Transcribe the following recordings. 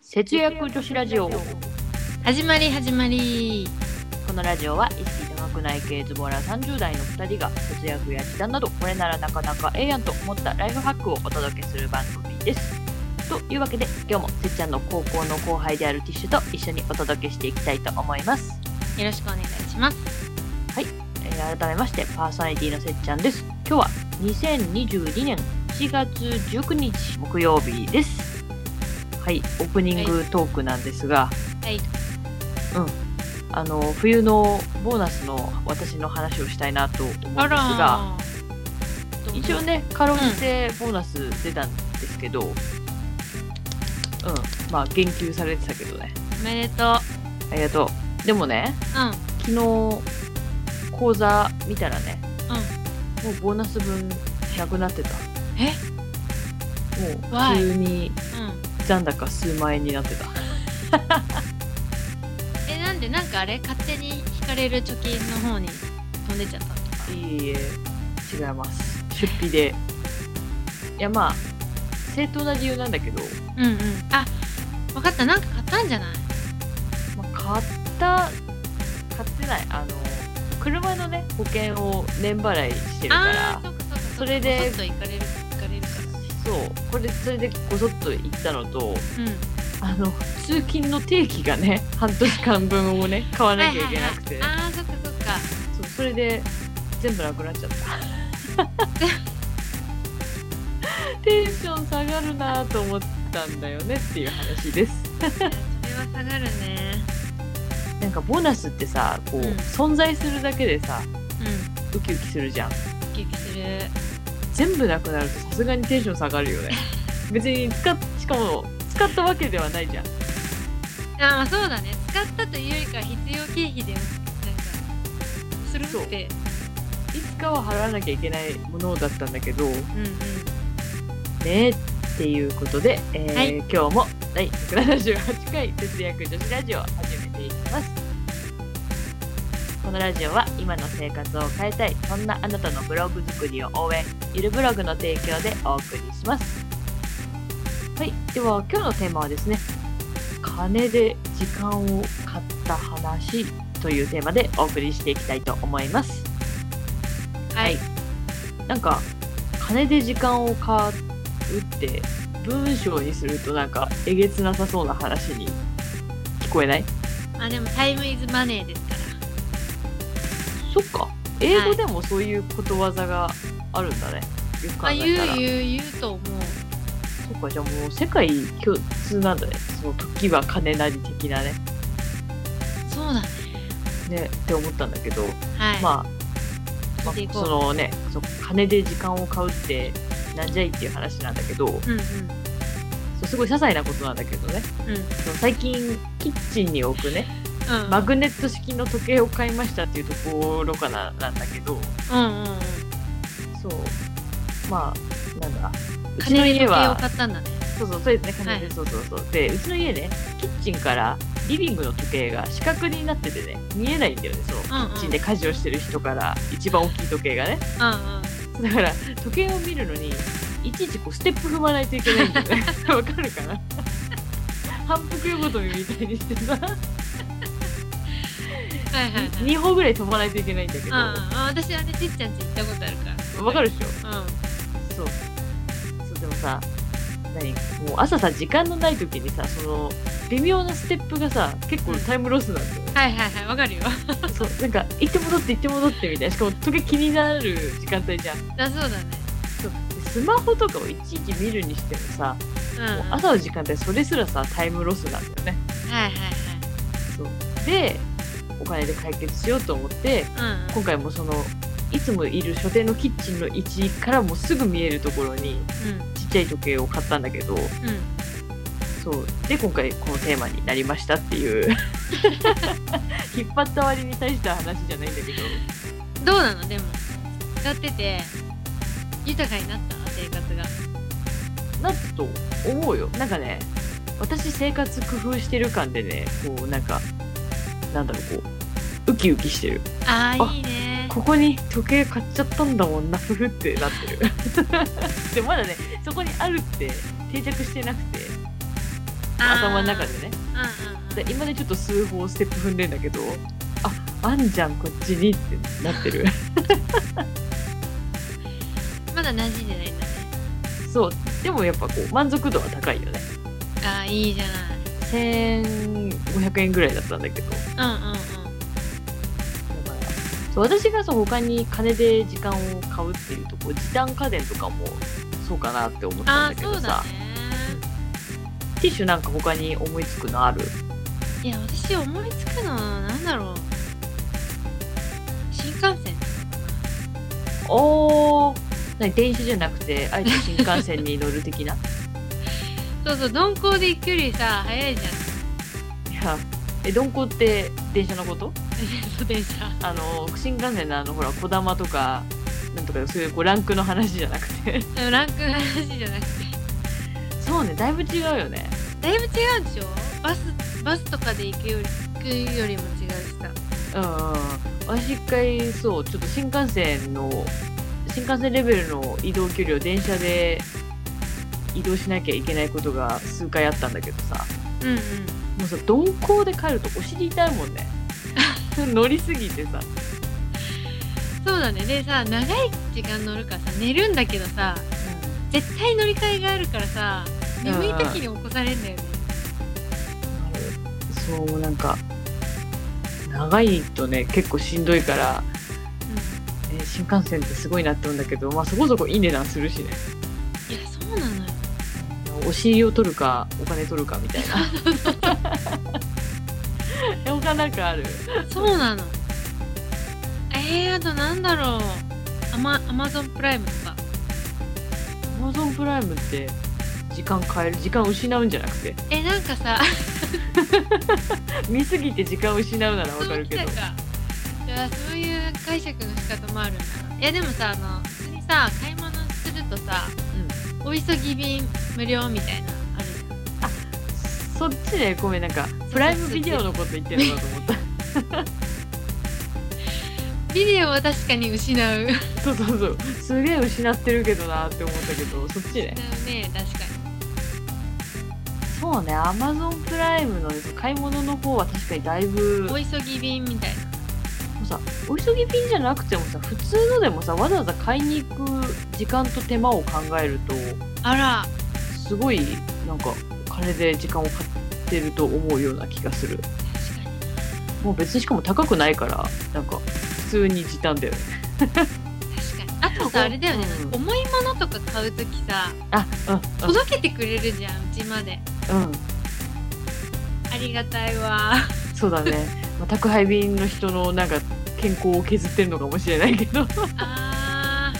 節約女子ラジオ始まり始まりこのラジオは意識高くない系ズボラ30代の2人が節約や時短などこれならなかなかええやんと思ったライフハックをお届けする番組ですというわけで今日もせっちゃんの高校の後輩であるティッシュと一緒にお届けしていきたいと思います、よろしくお願いしますえー改めましてパーソナリティのせっちゃんです今日は2022年7月19日木曜日ですはいオープニングトークなんですが、はいあの冬のボーナスの私の話をしたいなと思うんですがどうぞ一応ねカロリーでボーナス出たんですけどうん、まあ言及されてたけどねおめでとうありがとうでもねう昨日講座見たらね、もうボーナス分なくなってたえもう Why？急にんうん残高数万円になってたえなんでなんかあれ勝手に引かれる貯金の方に飛んでっちゃったのとかいいえ違います出費でいやまあ正当な理由なんだけど、うんうんあ分かったなんか買ったんじゃないまあ、買った買ってないあの車のね保険を年払いしてるからあーそうかそうかそれでちょっと行かれる行かれるからそうこれそれでごそっと行ったのとうんあの通勤の定期がね半年間分をね買わなきゃいけなくて、はいはいはい、あーそっかそっかそうそれで全部なくなっ ちゃったテンション下がるなと思ったんだよねっていう話ですそれは下がるねなんかボーナスってさこう、うん存在するだけでさうんウキウキするじゃんウキウキする全部なくなるとさすがにテンション下がるよね別に使っしかも使ったわけではないじゃんあまあそうだね使ったというよりかは必要経費でなんかするっていつかは払わなきゃいけないものだったんだけどねうんうんえっていうことで、えーはい今日も第178回節約女子ラジオを始めていきますこのラジオは今の生活を変えたいそんなあなたのブログ作りを応援ゆるブログの提供でお送りしますはいでは今日のテーマはですね金で時間を買った話というテーマでお送りしていきたいと思いますはい、なんか金で時間を買うって文章にするとなんかえげつなさそうな話に聞こえないまあでもタイムイズマネーですかそらっか英語でもそういうことわざがあるんだね、よくま考あえ言たらう言う言うと思うそっかじゃあもう世界共通なんだねその時は金なり的なねそうだねねって思ったんだけど、はい、まあ、ま聞あいていこそうのねそう金で時間を買うってなんじゃいっていう話なんだけどそううんうんすごい些細なことなんだけどねうんうんそう最近キッチンに置くねうんマグネット式の時計を買いましたっていうところかななんだけどうんうんそうまあなんだうちの金家の時計をは買ったんだねそうそうそうですね金で、はいそうそうそうでうちの家ねキッチンからリビングの時計が四角になっててね見えないんだよねそのキうんうんッチンで家事をしてる人から一番大きい時計がねうんうんだから時計を見るのにいちいちこうステップ踏まないといけないんだよね わかるかな反復横跳びみたいにしてさはいはいはい2歩ぐらい飛ばないといけないんだけどうんうん私はねちっちゃんち行ったことあるからわかるでしょうんそうそうでもさ何もう朝さ時間のない時にさその微妙なステップがさ結構タイムロスなんだよ、はいはいはいわかるよ そうなんか行って戻って行って戻ってみたいなしかも時計気になる時間帯じゃんあそうだねそうでスマホとかをいちいち見るにしてもさ、うんうもんうはい朝の時間帯それすらさタイムロスなんだよねはいはいそうでお金で解決しようと思ってうんうん今回もそのいつもいる書店のキッチンの位置からもうすぐ見えるところにちっちゃい時計を買ったんだけど、うんうんそうで今回このテーマになりましたっていう 引っ張った割に大した話じゃないんだけどどうなのでも使ってて豊かになった生活がなっと思うよなんかね私生活工夫してる感でねこうなんかなんだろうこうウキウキしてるああーいいねここに時計買っちゃったんだもんなふふってなって るでまだねそこにあるって定着してなくてあー頭の中でねうんうんうんで今ねちょっと数歩ステップ踏んでんだけどああんじゃんこっちにってなってるまだ馴染んでないんだねそうでもやっぱこう満足度は高いよねあーいいじゃ1500円ぐらいだったんだけどだかないうんうんうんらそう私がそう他に金で時間を買うっていうとこう時短家電とかもそうかなって思ったあんだーけそどうださ、ねティッシュなんか他に思いつくのあるいや私思いつくのなんだろう新幹線おー何電車じゃなくてあえて新幹線に乗る的 なそうそう鈍行で行くよりさ早いじゃん いやえ鈍行って電車のことそう電車あの新幹線のあのほらこだまとかなんとかそういうこうランクの話じゃなくてでもランクの話じゃなくてそうねだいぶ違うよねだいぶ違うでしょバスバスとかで行くより行くよりも違うしうさんうん私一回そうちょっと新幹線の新幹線レベルの移動距離を電車で移動しなきゃいけないことが数回あったんだけどさうんうんもうさ鈍行で帰るとお尻痛いもんね 乗りすぎてさそうだねでさ長い時間乗るからさ寝るんだけどさ絶対乗り換えがあるからさ眠い時に起こされるんだよねそうもうなんか長いとね結構しんどいから、えー新幹線ってすごいなって思うんだけど、まあ、そこそこいい値段するしねうんいやそうなのよお尻を取るかお金取るかみたいなえ 他なんかあるそうなのえー、あとなんだろうアマアマゾンプライムとか Amazon プライムって時間変える時間失うんじゃなくて えなんかさ見すぎて時間失うならわかそうるきけたどかいやそういう解釈の仕方もあるないやでもさあの普通にさ買い物するとさ、お急ぎ便無料みたいなあるじゃんそっちでごめんなんかプライムビデオのこと言ってるのかと思ったビデオは確かに失う 失そうそうそうすげえ失ってるけどなって思ったけどそっちねう ね確かにそうね Amazon プライムのね買い物の方は確かにだいぶもお急ぎ便みたいなうさお急ぎ便じゃなくてもさ普通のでもさわざわざ買いに行く時間と手間を考えるとあらすごいなんか金で時間を買ってると思うような気がする確かもう別にしかも高くないからなんか普通に時短だよねに確かにあとさおあれだよね、うん重いものとか買う時さあ届けてくれるじゃんうちまでうんうんありがたい わそうだね、 まあ、宅配便の人のなんか健康を削ってるのかもしれないけどあ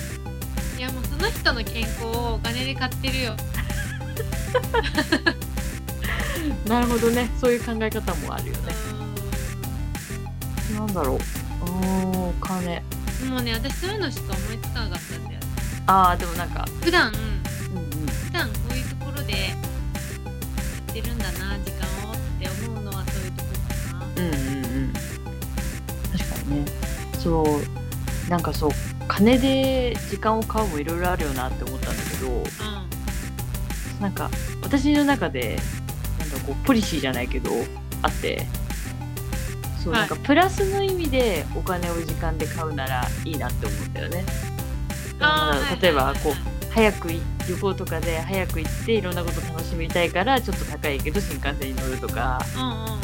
ーいやもうその人の健康をお金で買ってるよ なるほどねそういう考え方もあるよねうんなんだろうお金もうね私そういうのしか思いつかなかったんだよねあーでもなんか、普段うんうん、普段こういうところでやってるんだな時間をって思うのはそういうところかなうんうんうん確かにねそうなんかそう金で時間を買うもいろいろあるよなって思ったんだけどうんなんか私の中でなんかこうポリシーじゃないけどあってそう、はいなんかプラスの意味でお金を時間で買うならいいなって思うんだよね。あだからー例えばこうはいは早いくい旅行とかで早く行っていろんなこと楽しみたいからちょっと高いけど新幹線に乗るとかはいはいうんうんうん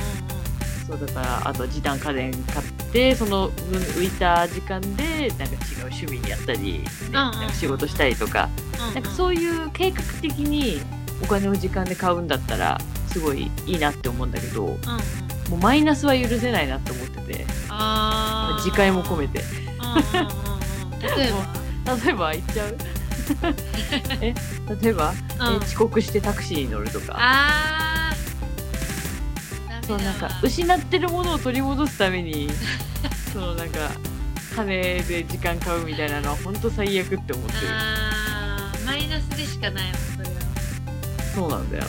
そうだからあとは時短家電買ってその分浮いた時間でなんか違う趣味にやったり、ねなんか仕事したりとかうんうんなんかそういう計画的にお金を時間で買うんだったらすごいいいなって思うんだけどもうんうんうマイナスは許せないなって思っててあー自戒も込めてうんうんうんうん例えば例えば行っちゃ うえ例えば、えうん遅刻してタクシーに乗るとかあそーダメだうわなんか失ってるものを取り戻すためにそのなんか金で時間買うみたいなのは本当最悪って思ってるあーマイナスでしかないわそれはそうなんだよ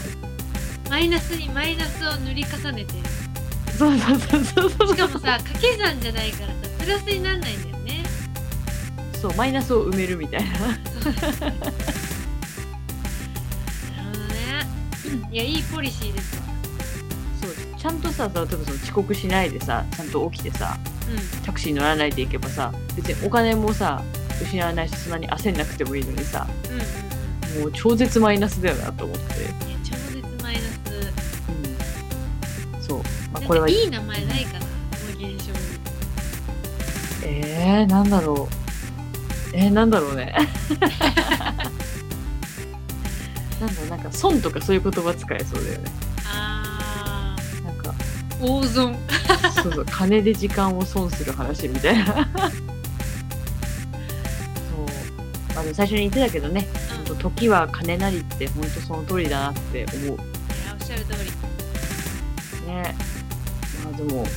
マイナスにマイナスを塗り重ねてるそうそうそうそうそうしかも さ掛け算じゃないからさプラスになんないんだよねそうマイナスを埋めるみたいななるほどねいやいいポリシーですわそうちゃんとささ例えばその遅刻しないでさちゃんと起きてさタクシー乗らないで行けばさ別にお金もさ失わないしそんなに焦んなくてもいいのにさうんうんうんうんもう超絶マイナスだよなと思って、いや超絶マイナスうん、そう、まあ、ここれれはいい名前ないかなこの現象にえー、なんだろうえー、なんだろうねなんだろうなんか損とかそういう言葉使えそうだよねあーなんか大損そうそう金で時間を損する話みたいなそう、まあ、でも最初に言ってたけどねうんほんと時は金なりって本当その通りだなって思ういやおっしゃる通りねまあでもね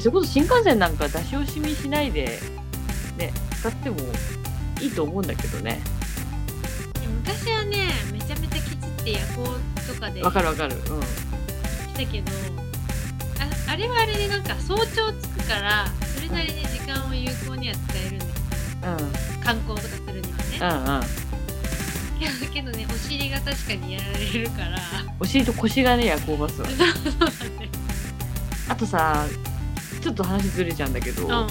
それこそ新幹線なんか出し惜しみしないでね使ってもいいと思うんだけどねいや昔はねめちゃめちゃケチって夜行とかでわ行っかるわかるうんてたけどああれはあれでなんか早朝着くからそれなりに時間を有効には使えるんですうん観光とかするにはねうんうんけど けどねお尻が確かにやられるからお尻と腰がね夜行 バスはそうだねあとさちょっと話ずれちゃうんだけど、うんうん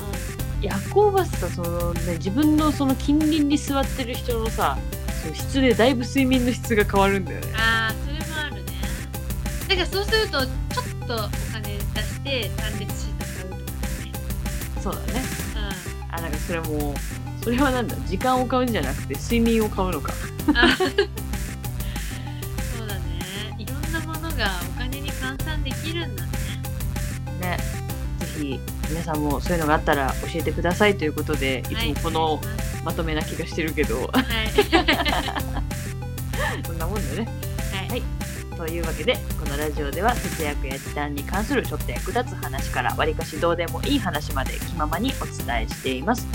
夜行バスさその、ね、自分のその近隣に座ってる人のさその質でだいぶ睡眠の質が変わるんだよねああそれもあるねだからそうするとちょっとお金出して単列シート買うとそうだねかねあなんかそれもそれはなんだ時間を買うんじゃなくて睡眠を買うのかうんあそうだねいろんなものがお金に換算できるんだねねぜひ皆さんもそういうのがあったら教えてくださいということでいつもこはいおの願いしますまとめな気がしてるけど、はい そんなもんだよねは はいいというわけでこのラジオでは節約や時短に関するちょっと役立つ話からわりかしどうでもいい話まで気ままにお伝えしています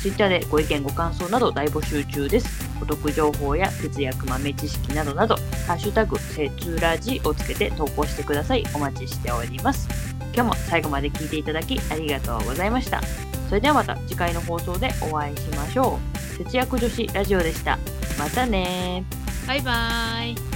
Twitter でご意見ご感想など大募集中ですお得情報や節約豆知識などなど「ハッシュタグせつらじ」をつけて投稿してくださいお待ちしております今日も最後まで聞いていただきありがとうございましたそれではまた次回の放送でお会いしましょう節約女子ラジオでしたまたねバイバーイ